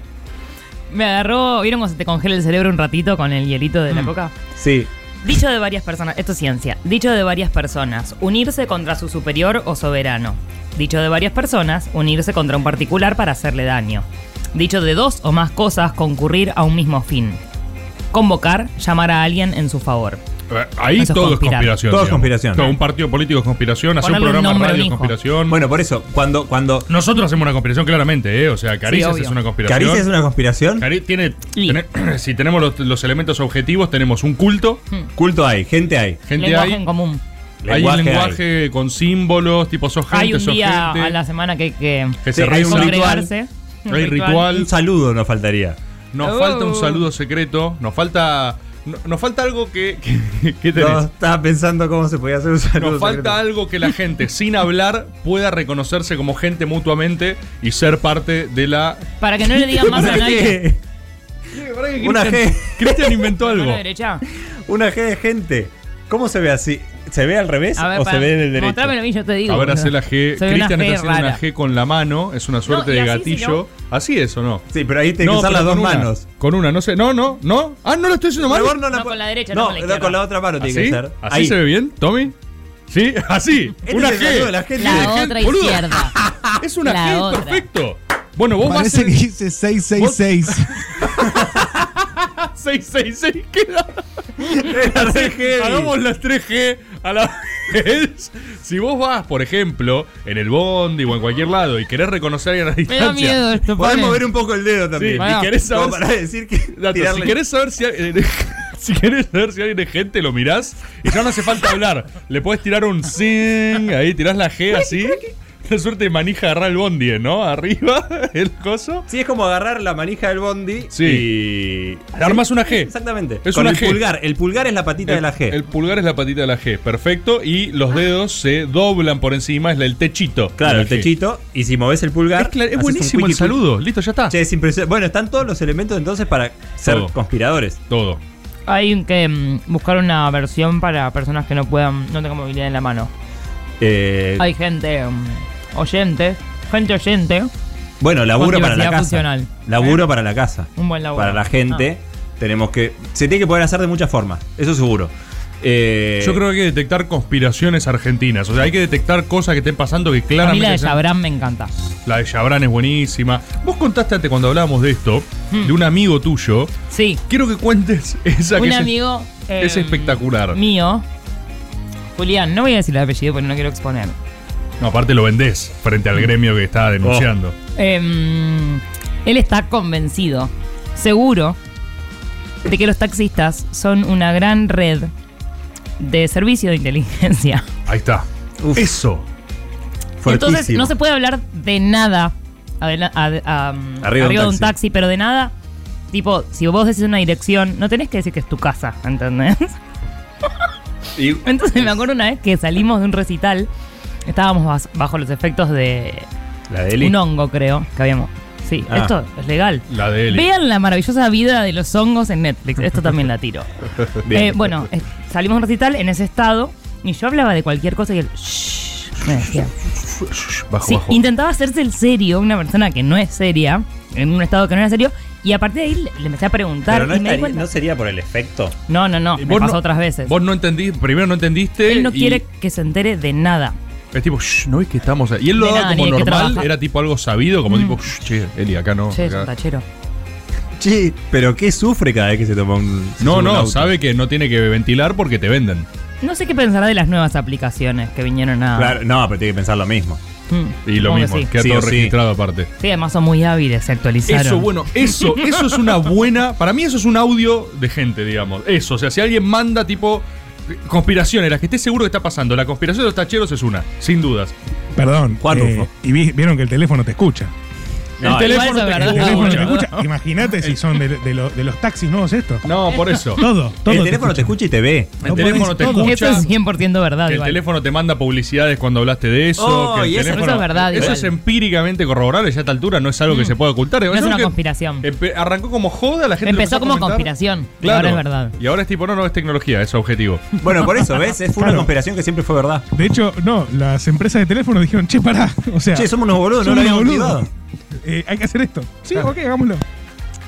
Speaker 5: Me agarró, ¿vieron cuando se te congela el cerebro un ratito con el hielito
Speaker 1: Mm.
Speaker 5: de la coca?
Speaker 4: Sí.
Speaker 5: Dicho de varias personas, esto es ciencia. Dicho de varias personas, unirse contra su superior o soberano. Dicho de varias personas, unirse contra un particular para hacerle daño. Dicho de dos o más cosas, concurrir a un mismo fin. Convocar, llamar a alguien en su favor.
Speaker 1: Eh, Ahí
Speaker 5: Eso es
Speaker 1: todo es
Speaker 5: conspirar.
Speaker 1: conspiración.
Speaker 4: Todo es
Speaker 1: digamos.
Speaker 4: conspiración.
Speaker 1: Todo un partido político es conspiración, hacer un
Speaker 5: Ponerle un
Speaker 1: programa de
Speaker 5: nombre a un
Speaker 1: radio es
Speaker 5: hijo.
Speaker 1: conspiración.
Speaker 4: Bueno, por eso, cuando, cuando
Speaker 1: Nosotros hacemos una conspiración claramente, ¿eh? O sea, Caricias
Speaker 5: obvio.
Speaker 1: es una conspiración.
Speaker 4: Caricia es una conspiración,
Speaker 1: Cari- tiene,
Speaker 5: Y.
Speaker 1: tené- si tenemos los, los elementos objetivos, tenemos un culto,
Speaker 4: culto hay, gente hay.
Speaker 1: gente
Speaker 5: lenguaje
Speaker 1: hay,
Speaker 5: en común.
Speaker 1: hay
Speaker 4: Lenguaje
Speaker 1: un lenguaje con símbolos, tipo sos gente,
Speaker 5: Hay un
Speaker 1: sos
Speaker 5: día
Speaker 1: gente,
Speaker 5: a la semana que hay que
Speaker 1: que
Speaker 4: Sí,
Speaker 1: se
Speaker 4: hay
Speaker 1: reúnen.
Speaker 4: un ritual.
Speaker 5: congregarse. Un
Speaker 1: Hay ritual.
Speaker 4: Un saludo nos faltaría.
Speaker 1: Nos
Speaker 5: Oh.
Speaker 1: falta un saludo secreto, nos falta no- nos falta algo que, que- que tenés.
Speaker 4: No, estaba pensando cómo se podía hacer un saludo.
Speaker 1: Nos falta
Speaker 4: secreto.
Speaker 1: algo que la gente, sin hablar, pueda reconocerse como gente mutuamente y ser parte de la.
Speaker 5: Para que no le digan más a
Speaker 4: ¿Una
Speaker 5: nadie.
Speaker 4: G? Una G.
Speaker 1: Cristian inventó
Speaker 5: ¿Mano
Speaker 1: algo.
Speaker 5: derecha?
Speaker 4: Una G de gente. ¿Cómo se ve así? ¿Se ve al revés
Speaker 5: A ver,
Speaker 4: o
Speaker 5: para-
Speaker 4: se ve en el derecho?
Speaker 5: mostrame la mí, yo te digo.
Speaker 1: Ahora hace la G.
Speaker 5: este Se ve una
Speaker 1: Cristian
Speaker 5: G
Speaker 1: está haciendo
Speaker 5: rara.
Speaker 1: una G con la mano, es una suerte
Speaker 5: No, y
Speaker 1: de
Speaker 5: así,
Speaker 1: gatillo. Así es o no.
Speaker 4: Sí, pero ahí tiene que usar
Speaker 1: pero
Speaker 4: las dos
Speaker 1: con una,
Speaker 4: manos.
Speaker 1: Con una, no sé. No, no, no. Ah, no lo estoy haciendo mal.
Speaker 4: Pero vos
Speaker 5: No, con la derecha, no
Speaker 4: no,
Speaker 5: con la izquierda.
Speaker 4: con la otra mano tiene
Speaker 1: ¿Así?
Speaker 4: que ser.
Speaker 1: ¿Ah, ¿Así se ve bien, Tommy? ¿Sí? ¿Así?
Speaker 4: Este
Speaker 1: una
Speaker 4: es el saludo de la
Speaker 1: G.
Speaker 4: gente.
Speaker 1: Tiene
Speaker 5: La
Speaker 1: G,
Speaker 5: otra
Speaker 1: boludo.
Speaker 5: izquierda.
Speaker 1: Es una
Speaker 5: La
Speaker 1: G,
Speaker 5: otra.
Speaker 1: perfecto. Bueno, vos vas
Speaker 6: Parece
Speaker 1: a
Speaker 6: que dice 666.
Speaker 1: 666 queda.
Speaker 4: Las tres G.
Speaker 1: Hagamos las 3G a la vez. Si vos vas, por ejemplo, en el bondi o en cualquier lado y querés reconocer a alguien a la
Speaker 5: Me da
Speaker 1: distancia.
Speaker 5: miedo esto,
Speaker 4: Podés
Speaker 5: pone.
Speaker 4: mover un poco el dedo
Speaker 1: Sí,
Speaker 4: también.
Speaker 1: y
Speaker 5: Pará.
Speaker 1: querés
Speaker 4: Como
Speaker 1: saber.
Speaker 4: para decir que.
Speaker 1: Dato, si
Speaker 4: tirarle-
Speaker 1: querés saber si, eh, si querés saber si alguien es gente, lo mirás y ya no hace falta hablar. Le podés tirar un zing, ahí tirás la G así. Una suerte de manija agarrar el bondi, ¿no? Arriba, el coso.
Speaker 4: Sí, es como agarrar la manija del bondi
Speaker 1: Sí.
Speaker 4: y.
Speaker 1: Armas una G.
Speaker 4: Exactamente.
Speaker 1: Es
Speaker 4: Con
Speaker 1: una
Speaker 4: el
Speaker 1: G.
Speaker 4: pulgar. El pulgar es la patita de la G.
Speaker 1: El pulgar es la patita de la G, perfecto. Y los dedos se doblan por encima, es el techito. de
Speaker 4: claro,
Speaker 1: la
Speaker 4: el
Speaker 1: G.
Speaker 4: techito. Y si moves el pulgar.
Speaker 1: Es, clar- es
Speaker 4: haces un
Speaker 1: buenísimo el
Speaker 4: wiki-wiki.
Speaker 1: saludo. Listo, ya está.
Speaker 4: Che, es impresionante. Bueno, están todos los elementos entonces para ser
Speaker 1: Todo.
Speaker 4: conspiradores.
Speaker 1: Todo.
Speaker 5: Hay un que mm, buscar una versión para personas que no puedan, no tengan movilidad en la mano.
Speaker 4: Eh,
Speaker 5: Hay gente mm, oyente, gente oyente,
Speaker 4: bueno, laburo
Speaker 5: con
Speaker 4: para la
Speaker 5: diversidad
Speaker 4: casa.
Speaker 5: funcional.
Speaker 4: Laburo para la casa.
Speaker 5: un buen laburo.
Speaker 4: Para la gente.
Speaker 5: Ah.
Speaker 4: Tenemos que. Se tiene que poder hacer de muchas formas. Eso seguro. Eh,
Speaker 1: Yo creo que hay que detectar conspiraciones argentinas. O sea, hay que detectar cosas que estén pasando que
Speaker 5: Ah. A mí
Speaker 1: claramente.
Speaker 5: la de
Speaker 1: sean-
Speaker 5: Sabrán me encanta.
Speaker 1: La de Chabran es buenísima. Vos contaste antes cuando hablábamos de esto,
Speaker 5: Hmm.
Speaker 1: de un amigo tuyo.
Speaker 5: Sí,
Speaker 1: Quiero que cuentes esa que
Speaker 5: un
Speaker 1: es-
Speaker 5: amigo eh,
Speaker 1: es espectacular.
Speaker 5: mío, Julián, no voy a decir el apellido porque no quiero exponer.
Speaker 1: No, aparte lo vendés frente
Speaker 5: Hmm.
Speaker 1: al gremio que está denunciando.
Speaker 5: Oh. Em, él está convencido, seguro, de que los taxistas son una gran red de servicio de inteligencia.
Speaker 1: Ahí está.
Speaker 4: Uf.
Speaker 1: Eso.
Speaker 4: fuertísimo.
Speaker 5: Entonces no se puede hablar de nada adela- ad- am-
Speaker 4: Arriba de un
Speaker 5: arriba, de un
Speaker 4: taxi.
Speaker 5: taxi, pero de nada. Tipo, si vos decís una dirección, no tenés que decir que es tu casa, ¿entendés?
Speaker 1: Y-
Speaker 5: Entonces me acuerdo una vez que salimos de un recital, estábamos bas- bajo los efectos de
Speaker 4: La de Eli.
Speaker 5: un hongo, creo, que habíamos. Sí,
Speaker 4: Ah.
Speaker 5: esto es legal.
Speaker 1: La de él.
Speaker 5: Vean la maravillosa vida de los hongos en Netflix. Esto también la tiro.
Speaker 4: Bien.
Speaker 5: Eh, bueno, eh, salimos a un recital en ese estado y yo hablaba de cualquier cosa y él. "Shh", me decía.
Speaker 1: Bajo,
Speaker 5: Sí,
Speaker 1: bajo.
Speaker 5: intentaba hacerse el serio, una persona que no es seria, en un estado que no era serio, y a partir de ahí le, le empecé a preguntar
Speaker 4: Pero no,
Speaker 5: y me di
Speaker 4: estaría-
Speaker 5: cuenta-
Speaker 4: no sería por el efecto.
Speaker 5: No, no, no,
Speaker 1: Y
Speaker 5: me
Speaker 1: Eh, vos
Speaker 5: pasó
Speaker 1: no-
Speaker 5: otras veces.
Speaker 1: Vos no entendiste, primero no entendiste.
Speaker 5: Él no
Speaker 1: y
Speaker 5: quiere que se entere de nada.
Speaker 1: Es tipo, "Shh, no ves que estamos. ahí?" Y él lo
Speaker 5: De
Speaker 1: daba
Speaker 5: nada,
Speaker 1: como
Speaker 5: ni de qué
Speaker 1: normal,
Speaker 5: trabaja. Hmm.
Speaker 1: era tipo algo sabido, como tipo, "Shh, che, Eli, acá no.
Speaker 5: Che, es
Speaker 1: acá".
Speaker 5: un tachero.
Speaker 4: Che, pero qué sufre cada vez que se toma un. se sube
Speaker 1: No,
Speaker 4: un
Speaker 1: no,
Speaker 4: auto?
Speaker 1: sabe que no tiene que ventilar porque te venden.
Speaker 5: No sé qué pensará de las nuevas aplicaciones que vinieron a.
Speaker 4: Claro, no, pero tiene que pensar lo mismo.
Speaker 5: Mm,
Speaker 1: Y lo
Speaker 5: supongo que
Speaker 1: mismo,
Speaker 5: Sí.
Speaker 1: queda
Speaker 4: Sí
Speaker 1: todo
Speaker 4: o sí.
Speaker 1: registrado aparte.
Speaker 5: Sí, además son muy hábiles, se actualizaron.
Speaker 1: Eso, bueno, eso, eso es una buena. Para mí, eso es un audio de gente, digamos. Eso, o sea, si alguien manda tipo conspiraciones, las que esté seguro que está pasando. La conspiración de los tacheros es una, sin dudas.
Speaker 6: Perdón. eh,
Speaker 4: Juan Rufo.
Speaker 6: y vi- vieron que el teléfono te escucha.
Speaker 4: No,
Speaker 1: el
Speaker 5: igual
Speaker 1: teléfono
Speaker 5: eso es
Speaker 1: te-
Speaker 6: El
Speaker 5: verdad.
Speaker 6: teléfono te
Speaker 5: boludo.
Speaker 6: escucha. Imagínate si son de, de lo- de los taxis nuevos esto.
Speaker 1: No, por eso.
Speaker 6: Todo, todo.
Speaker 4: el teléfono te escucha
Speaker 6: escucha.
Speaker 4: y te ve.
Speaker 1: El teléfono te
Speaker 6: Todo.
Speaker 5: Eso
Speaker 1: escucha.
Speaker 5: es 100% verdad.
Speaker 1: Que el
Speaker 5: igual.
Speaker 1: teléfono te manda publicidades cuando hablaste de eso.
Speaker 4: Oh,
Speaker 1: que el
Speaker 4: y eso-
Speaker 1: teléfono-
Speaker 5: eso es verdad,
Speaker 1: Eso
Speaker 5: igual.
Speaker 1: es empíricamente corroborable. Ya a esta altura no es algo que
Speaker 5: Mm.
Speaker 1: se pueda ocultar.
Speaker 5: No es
Speaker 1: algo
Speaker 5: una
Speaker 1: que
Speaker 5: conspiración.
Speaker 1: empe- Arrancó como joda, la gente. lo
Speaker 5: Empezó
Speaker 1: a
Speaker 5: como
Speaker 1: comentar.
Speaker 5: conspiración, y
Speaker 1: Claro.
Speaker 5: ahora es verdad.
Speaker 1: Y ahora es tipo, no, no, es tecnología, es objetivo.
Speaker 4: Bueno, por eso, ¿ves? Es fue una
Speaker 6: Claro.
Speaker 4: conspiración que siempre fue verdad.
Speaker 6: De hecho, no, las empresas de teléfono dijeron, che, pará. O sea,
Speaker 4: Che, somos unos boludos, no
Speaker 6: somos
Speaker 4: lo habíamos
Speaker 6: unos boludos.
Speaker 4: olvidado.
Speaker 6: Eh, hay que hacer esto. Sí, ok, hagámoslo.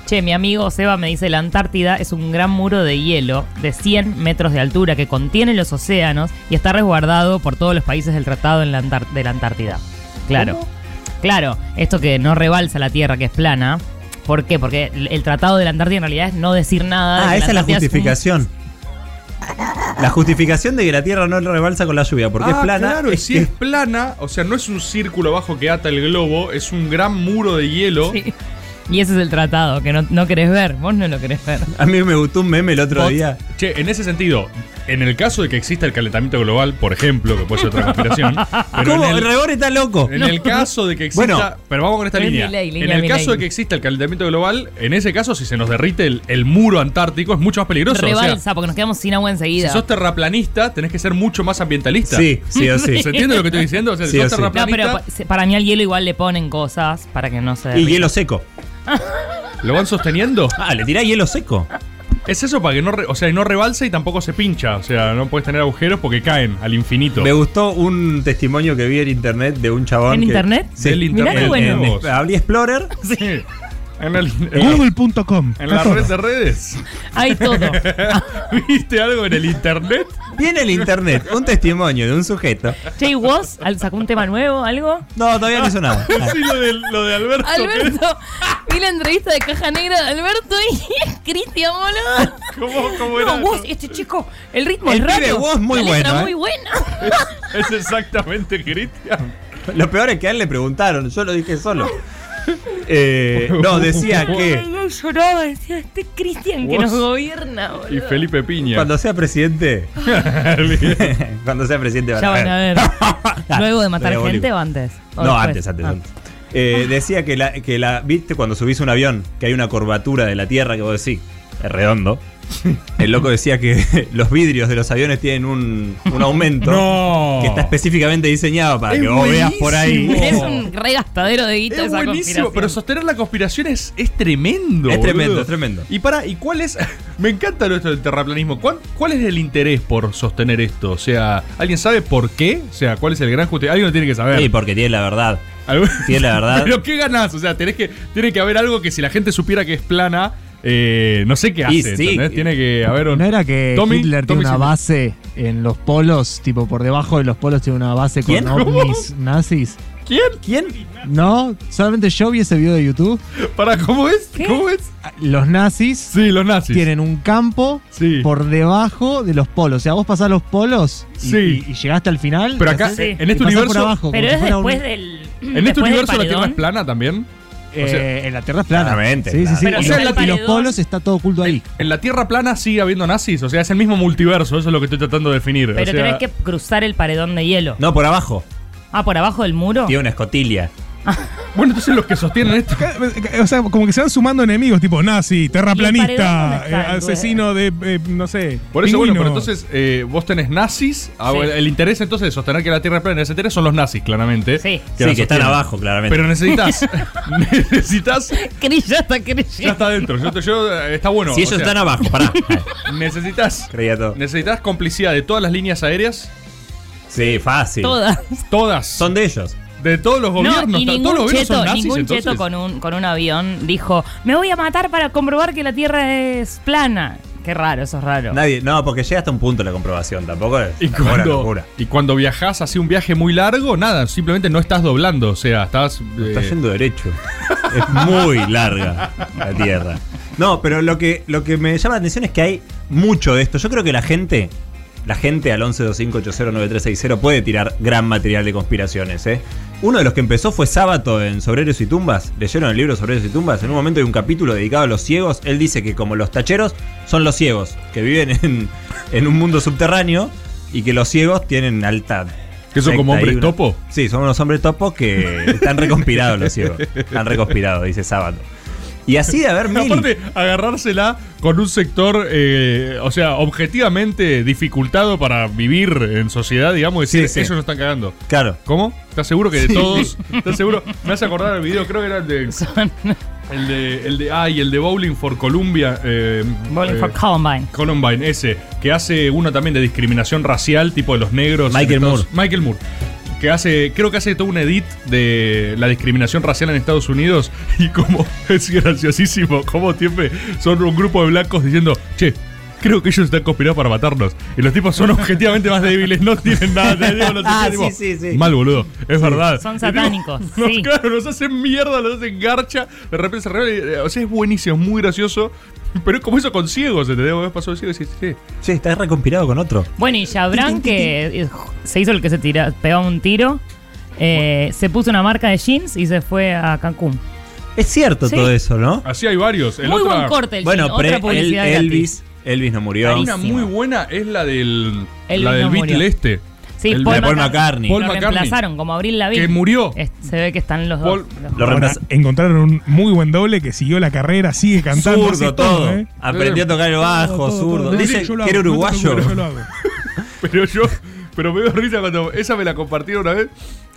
Speaker 5: Che, mi amigo Seba me dice, la Antártida es un gran muro de hielo de 100 metros de altura que contiene los océanos y está resguardado por todos los países del Tratado en la Antar- de la Antártida. Claro. Claro, esto que no rebalsa la Tierra, que es plana. ¿Por qué? Porque el, el Tratado de la Antártida en realidad es no decir nada. de
Speaker 4: Ah,
Speaker 5: que
Speaker 4: esa es la
Speaker 5: Antártida un-
Speaker 4: justificación. La justificación de que la Tierra no rebalsa con la lluvia
Speaker 1: Ah,
Speaker 4: porque es plana.
Speaker 1: Claro, y si
Speaker 4: que-
Speaker 1: es plana, o sea, no es un círculo abajo que ata el globo, es un gran muro de hielo.
Speaker 5: Sí. Y ese es el tratado, que no, no querés ver, vos no lo querés ver.
Speaker 4: A mí me gustó un meme el otro día.
Speaker 1: Che, en ese sentido, en el caso de que exista el calentamiento global, por ejemplo, que puede ser otra conspiración, pero
Speaker 4: ¿Cómo?
Speaker 1: en
Speaker 4: El
Speaker 1: el,
Speaker 4: rebor está loco.
Speaker 1: en el caso de que exista.
Speaker 4: Bueno.
Speaker 1: pero vamos con esta
Speaker 5: Es
Speaker 1: línea.
Speaker 5: Milei, línea
Speaker 1: en el
Speaker 5: Milei.
Speaker 1: caso de que exista el calentamiento global, en ese caso, si se nos derrite el, el muro antártico, es mucho más peligroso. O sea,
Speaker 5: Rebalsa, porque nos quedamos sin agua
Speaker 1: si
Speaker 5: enseguida.
Speaker 1: sos terraplanista, tenés que ser mucho más ambientalista.
Speaker 4: Sí, sí o sí.
Speaker 1: ¿Se entiende lo que estoy diciendo? O sea, si
Speaker 4: Sí o
Speaker 1: sos
Speaker 4: sí.
Speaker 5: no, pero
Speaker 1: terraplanista,
Speaker 5: pa- se- para mí al hielo igual le ponen cosas para que no se.
Speaker 4: Y
Speaker 5: derrita.
Speaker 4: hielo seco.
Speaker 1: ¿lo van sosteniendo?
Speaker 4: Ah, le tirá hielo seco.
Speaker 1: Es eso para que no, re- o sea, y no rebalsa y tampoco se pincha, o sea, no puedes tener agujeros porque caen al infinito.
Speaker 4: Me gustó un testimonio que vi en internet de un chabón.
Speaker 5: ¿En
Speaker 4: que-
Speaker 5: internet?
Speaker 4: Sí,
Speaker 1: Del
Speaker 5: Mirá
Speaker 1: internet.
Speaker 5: qué
Speaker 4: en-
Speaker 5: bueno.
Speaker 4: en- Abrí Explorer.
Speaker 1: Sí. En, el- en la,
Speaker 6: Google.com.
Speaker 1: en la
Speaker 6: está todo.
Speaker 1: red de redes.
Speaker 5: Hay todo.
Speaker 1: ¿Viste algo en el internet?
Speaker 4: Viene el internet un testimonio de un sujeto.
Speaker 5: Jay Woz al- sacó un tema nuevo, algo.
Speaker 4: No, todavía no hizo nada.
Speaker 1: Sí, lo de, lo de Alberto.
Speaker 5: Alberto, vi la entrevista de Caja Negra de Alberto y es Cristian, boludo.
Speaker 1: ¿Cómo, cómo era?
Speaker 5: No, vos, este chico, el ritmo
Speaker 4: El
Speaker 5: es
Speaker 4: pibe
Speaker 5: raro.
Speaker 4: Woz muy
Speaker 5: la
Speaker 4: bueno,
Speaker 5: letra
Speaker 4: ¿eh?
Speaker 5: muy buena.
Speaker 1: Es exactamente Cristian.
Speaker 4: Lo peor es que a él le preguntaron, yo lo dije solo. Eh, no, decía
Speaker 5: Ay,
Speaker 4: que
Speaker 5: yo lloraba, decía, este Cristian que
Speaker 1: Woz
Speaker 5: nos gobierna, boludo.
Speaker 1: Y Felipe Piña.
Speaker 4: cuando sea presidente, cuando sea presidente
Speaker 5: Ya van a ver. Luego de matar
Speaker 4: Diabólico.
Speaker 5: gente o antes. ¿O
Speaker 1: pues,
Speaker 4: No,
Speaker 5: después? Ah.
Speaker 4: antes,
Speaker 1: ah.
Speaker 4: antes, antes. Eh, decía que la, que la. ¿Viste cuando subís un avión? Que hay una curvatura de la tierra que vos decís. Es redondo. El loco decía que los vidrios de los aviones tienen un, un aumento.
Speaker 1: No.
Speaker 4: Que está específicamente diseñado para
Speaker 1: Es
Speaker 4: que vos veas por ahí.
Speaker 1: buenísimo.
Speaker 5: Es un regastadero de guita
Speaker 1: Es
Speaker 5: esa
Speaker 1: buenísimo,
Speaker 5: conspiración.
Speaker 1: pero sostener la conspiración es, es tremendo.
Speaker 4: Es tremendo,
Speaker 1: boludo.
Speaker 4: es tremendo.
Speaker 1: Y para, ¿y cuál es? Me encanta lo esto del terraplanismo. ¿Cuál, ¿Cuál es el interés por sostener esto? O sea, ¿alguien sabe por qué? O sea, ¿cuál es el gran justificante? Alguien lo tiene que saber.
Speaker 4: Sí, porque tiene la verdad.
Speaker 1: Algo-
Speaker 4: Sí, la verdad.
Speaker 1: Pero ¿qué ganás? O sea, tenés que, tiene que haber algo que si la gente supiera que es plana, eh, no sé qué hace.
Speaker 4: Y sí.
Speaker 1: ¿entendés? Tiene que haber un.
Speaker 7: ¿No era que
Speaker 1: Tommy-
Speaker 7: Eh, Hitler
Speaker 1: Tommy
Speaker 7: tiene una
Speaker 1: Silver.
Speaker 7: base en los polos? Tipo, por debajo de los polos tiene una base
Speaker 4: ¿Quién?
Speaker 7: con ovnis nazis.
Speaker 1: ¿Quién?
Speaker 4: ¿Quién?
Speaker 7: No, solamente yo vi ese video de YouTube.
Speaker 1: ¿Para cómo es?
Speaker 5: ¿Qué?
Speaker 1: ¿Cómo es?
Speaker 7: Los nazis
Speaker 1: Sí, los nazis.
Speaker 7: tienen un campo
Speaker 1: Sí.
Speaker 7: por debajo de los polos. O sea, vos pasás los polos y,
Speaker 1: Sí.
Speaker 7: y- y llegaste al final.
Speaker 1: Pero
Speaker 7: y
Speaker 1: acá,
Speaker 7: pasás-
Speaker 5: Sí.
Speaker 1: en
Speaker 7: y
Speaker 1: este
Speaker 7: pasás por
Speaker 1: universo.
Speaker 7: abajo, como
Speaker 5: Pero
Speaker 7: si
Speaker 5: es
Speaker 7: fuera un-
Speaker 5: después del.
Speaker 1: En este universo la Tierra es plana también.
Speaker 7: eh,
Speaker 1: o sea-
Speaker 7: en la Tierra es plana.
Speaker 4: Claramente,
Speaker 7: Sí, sí,
Speaker 5: claro.
Speaker 7: sí. Y
Speaker 1: Pero
Speaker 7: los-
Speaker 5: está el
Speaker 7: y los
Speaker 5: paredón.
Speaker 7: polos está todo oculto ahí.
Speaker 1: En la Tierra plana sigue habiendo nazis, o sea, es el mismo multiverso, eso es lo que estoy tratando de definir. o
Speaker 5: Pero
Speaker 1: sea,
Speaker 5: tenés que cruzar el paredón de hielo.
Speaker 4: No, por abajo.
Speaker 5: Ah, por abajo del muro.
Speaker 4: Tiene una escotilla.
Speaker 1: Bueno, entonces los que sostienen esto.
Speaker 6: O sea, como que se van sumando enemigos, tipo nazi,
Speaker 5: ¿Y el paredón dónde
Speaker 6: terraplanista,
Speaker 5: está,
Speaker 6: eh,
Speaker 5: güey?
Speaker 6: asesino de, eh, no sé.
Speaker 1: Por eso, bueno,
Speaker 6: pingüino.
Speaker 1: pero entonces eh, vos tenés nazis. ah,
Speaker 5: Sí.
Speaker 1: bueno, El interés entonces de sostener que la Tierra es plana, etcétera, son los nazis, claramente. la
Speaker 5: Sí.
Speaker 4: Sí, que están
Speaker 1: sostienen.
Speaker 4: abajo, claramente.
Speaker 1: Pero necesitas. necesitas.
Speaker 5: Cris ya está creyendo.
Speaker 1: Ya está adentro. Yo, te- yo, eh, está bueno.
Speaker 4: si ellos están abajo, pará.
Speaker 1: abajo. Necesitas.
Speaker 4: Creía todo.
Speaker 1: Necesitas complicidad de todas las líneas aéreas.
Speaker 4: Sí, fácil.
Speaker 5: Todas.
Speaker 1: Todas.
Speaker 4: Son de ellos.
Speaker 1: de todos los gobiernos.
Speaker 5: No, y
Speaker 1: ta-
Speaker 5: ningún
Speaker 1: todos los gobiernos
Speaker 5: cheto,
Speaker 1: son nazis.
Speaker 5: ningún cheto
Speaker 1: entonces.
Speaker 5: con, un, con un avión dijo, me voy a matar para comprobar que la Tierra es plana. Qué raro, eso es raro.
Speaker 4: Nadie. No, porque llega hasta un punto la comprobación, tampoco es.
Speaker 1: Y
Speaker 4: tampoco era
Speaker 1: cuando,
Speaker 4: locura.
Speaker 1: y cuando viajás así un viaje muy largo, nada, simplemente no estás doblando, o sea, estás...
Speaker 4: Está
Speaker 1: eh,
Speaker 4: yendo derecho. Es muy larga la Tierra. No, pero lo que, lo que me llama la atención es que hay mucho de esto. Yo creo que la gente, la gente al 1125809360 puede tirar gran material de conspiraciones. ¿eh? Uno de los que empezó fue Sábato en Sobreros y Tumbas. Leyeron el libro Sobreros y Tumbas. En un momento hay un capítulo dedicado a los ciegos. Él dice que como los tacheros son los ciegos, que viven en, en un mundo subterráneo y que los ciegos tienen alta...
Speaker 1: ¿Que son como
Speaker 4: secta y
Speaker 1: hombres
Speaker 4: una-
Speaker 1: topo?
Speaker 4: Sí, son unos hombres topos que están reconspirados los ciegos. Están reconspirados, dice Sábado. Y así de haber mil.
Speaker 1: Aparte, agarrársela con un sector, eh, o sea, objetivamente dificultado para vivir en sociedad, digamos, decir,
Speaker 4: Sí, sí.
Speaker 1: ellos no están cagando.
Speaker 4: Claro.
Speaker 1: ¿Cómo? ¿Estás seguro que de todos? ¿Estás seguro? Me hace acordar el video, creo que era el de... El de, el de, ay, el de Bowling for Columbia. eh,
Speaker 5: Bowling
Speaker 1: eh,
Speaker 5: for Columbine.
Speaker 1: Columbine, ese, que hace uno también de discriminación racial, tipo de los negros.
Speaker 4: Michael
Speaker 1: en Estados-
Speaker 4: Moore.
Speaker 1: Michael Moore. Que hace, creo que hace todo un edit de la discriminación racial en Estados Unidos. Y como es graciosísimo, como siempre son un grupo de blancos diciendo, che, creo que ellos están conspirados para matarnos. Y los tipos son objetivamente más débiles, no tienen nada. te digo, los
Speaker 4: Ah,
Speaker 1: tipos,
Speaker 4: sí, sí, sí.
Speaker 1: Mal, boludo. Es verdad.
Speaker 5: Son
Speaker 1: Y tipo,
Speaker 5: satánicos,
Speaker 1: nos-
Speaker 5: sí.
Speaker 1: Claro, nos hacen mierda, nos hacen garcha. De repente se revelan. y, eh, O sea, es buenísimo, es muy gracioso. Pero es como eso con ciegos, ¿entendés? Vos pasó de ciego y decís, sí.
Speaker 4: Che, estás recompilado con otro.
Speaker 5: Bueno, y Jabran, que eh, se hizo el que se tira, pegaba un tiro, eh, se puso una marca de jeans y se fue a Cancún.
Speaker 4: Es cierto
Speaker 5: Sí.
Speaker 4: todo eso, ¿no?
Speaker 1: Así hay varios. El
Speaker 5: Muy
Speaker 1: otra-
Speaker 5: buen corte el
Speaker 4: Bueno,
Speaker 5: jean,
Speaker 4: pre-
Speaker 5: otra
Speaker 4: el-
Speaker 5: publicidad gratis.
Speaker 4: Elvis. Elvis no murió.
Speaker 1: Una
Speaker 5: Clarísimo.
Speaker 1: muy buena es la del.
Speaker 5: Elvis
Speaker 1: la del
Speaker 5: no murió.
Speaker 1: Beatle este.
Speaker 5: Sí,
Speaker 1: el
Speaker 4: Paul
Speaker 1: de-
Speaker 4: McCartney.
Speaker 1: Paul
Speaker 5: lo
Speaker 1: McCartney.
Speaker 5: reemplazaron, como Abril Lavigne.
Speaker 1: Que murió.
Speaker 5: Es- se ve que están los
Speaker 1: Paul-
Speaker 5: dos. los-
Speaker 4: Lo
Speaker 6: Ahora,
Speaker 4: reemplazó.
Speaker 6: encontraron un muy buen doble que siguió la carrera, sigue cantando. hace
Speaker 4: Zurdo todo.
Speaker 6: ¿eh?
Speaker 4: Aprendió a tocar el bajo,
Speaker 6: Todo, todo,
Speaker 4: zurdo.
Speaker 6: todo.
Speaker 4: Dice
Speaker 6: Sí, yo lo
Speaker 4: que era
Speaker 6: hago, no te
Speaker 4: uruguayo.
Speaker 6: preocupes, yo lo hago.
Speaker 1: Pero yo, pero me dio risa cuando esa me la compartieron una vez.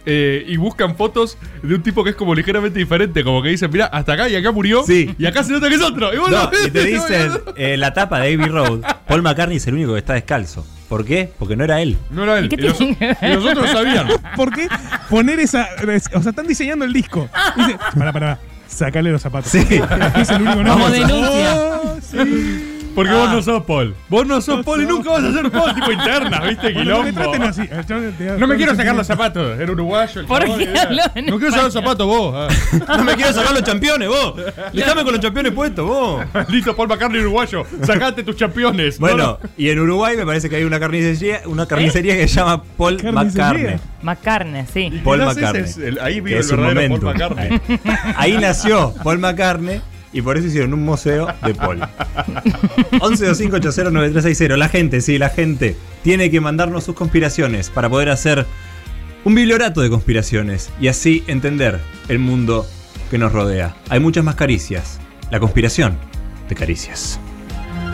Speaker 1: eh, y buscan fotos de un tipo que es como ligeramente diferente, como que dicen, mirá, hasta acá y acá murió,
Speaker 4: Sí.
Speaker 1: y acá se nota que es otro. Y vos
Speaker 4: No,
Speaker 1: lo ves,
Speaker 4: y te
Speaker 1: y vos
Speaker 4: dicen
Speaker 1: lo ves.
Speaker 4: eh, la tapa de Abbey Road. Paul McCartney es el único que está descalzo. ¿Por qué? Porque no era él.
Speaker 1: No era él.
Speaker 5: ¿Qué
Speaker 1: Y los,
Speaker 5: tiene que ver?
Speaker 1: y los otros sabían.
Speaker 6: ¿Por qué poner esa. es- O sea, están diseñando el disco. Dice, pará, pará, sacale los zapatos.
Speaker 4: Sí.
Speaker 6: Es el único
Speaker 5: Vamos,
Speaker 6: nombre. Oh,
Speaker 5: denuncia.
Speaker 1: Porque vos no sos Paul. Vos Ah. no sos Paul y nunca vas a ser Paul, tipo interna, ¿viste?
Speaker 6: Bueno, no me traten
Speaker 1: Quilombo.
Speaker 6: así. Yo te-
Speaker 1: No me quiero sacar los zapatos, era uruguayo. el
Speaker 5: ¿Por
Speaker 1: chabón,
Speaker 5: qué
Speaker 1: y era-
Speaker 5: habló en
Speaker 1: No quiero sacar los
Speaker 5: español?
Speaker 1: zapatos vos. ah.
Speaker 4: No me quiero sacar los campeones, vos. Dejame con los campeones puestos, vos.
Speaker 1: Maldito Paul McCartney uruguayo, sacate tus campeones. No,
Speaker 4: Bueno, y en Uruguay me parece que hay una carnicería, una carnicería que se llama Paul
Speaker 6: Carnicería.
Speaker 4: McCartney.
Speaker 5: McCartney, sí.
Speaker 4: Paul
Speaker 1: Quizás ese
Speaker 4: McCartney.
Speaker 1: es el- ahí
Speaker 4: que
Speaker 1: vive el
Speaker 4: es un
Speaker 1: verdadero Paul
Speaker 4: momento.
Speaker 1: McCartney.
Speaker 4: Ahí nació Paul McCartney y por eso hicieron un museo de Paul. 1125809360. La gente, sí, la gente tiene que mandarnos sus conspiraciones para poder hacer un bibliorato de conspiraciones y así entender el mundo que nos rodea. Hay muchas más caricias. La conspiración de caricias.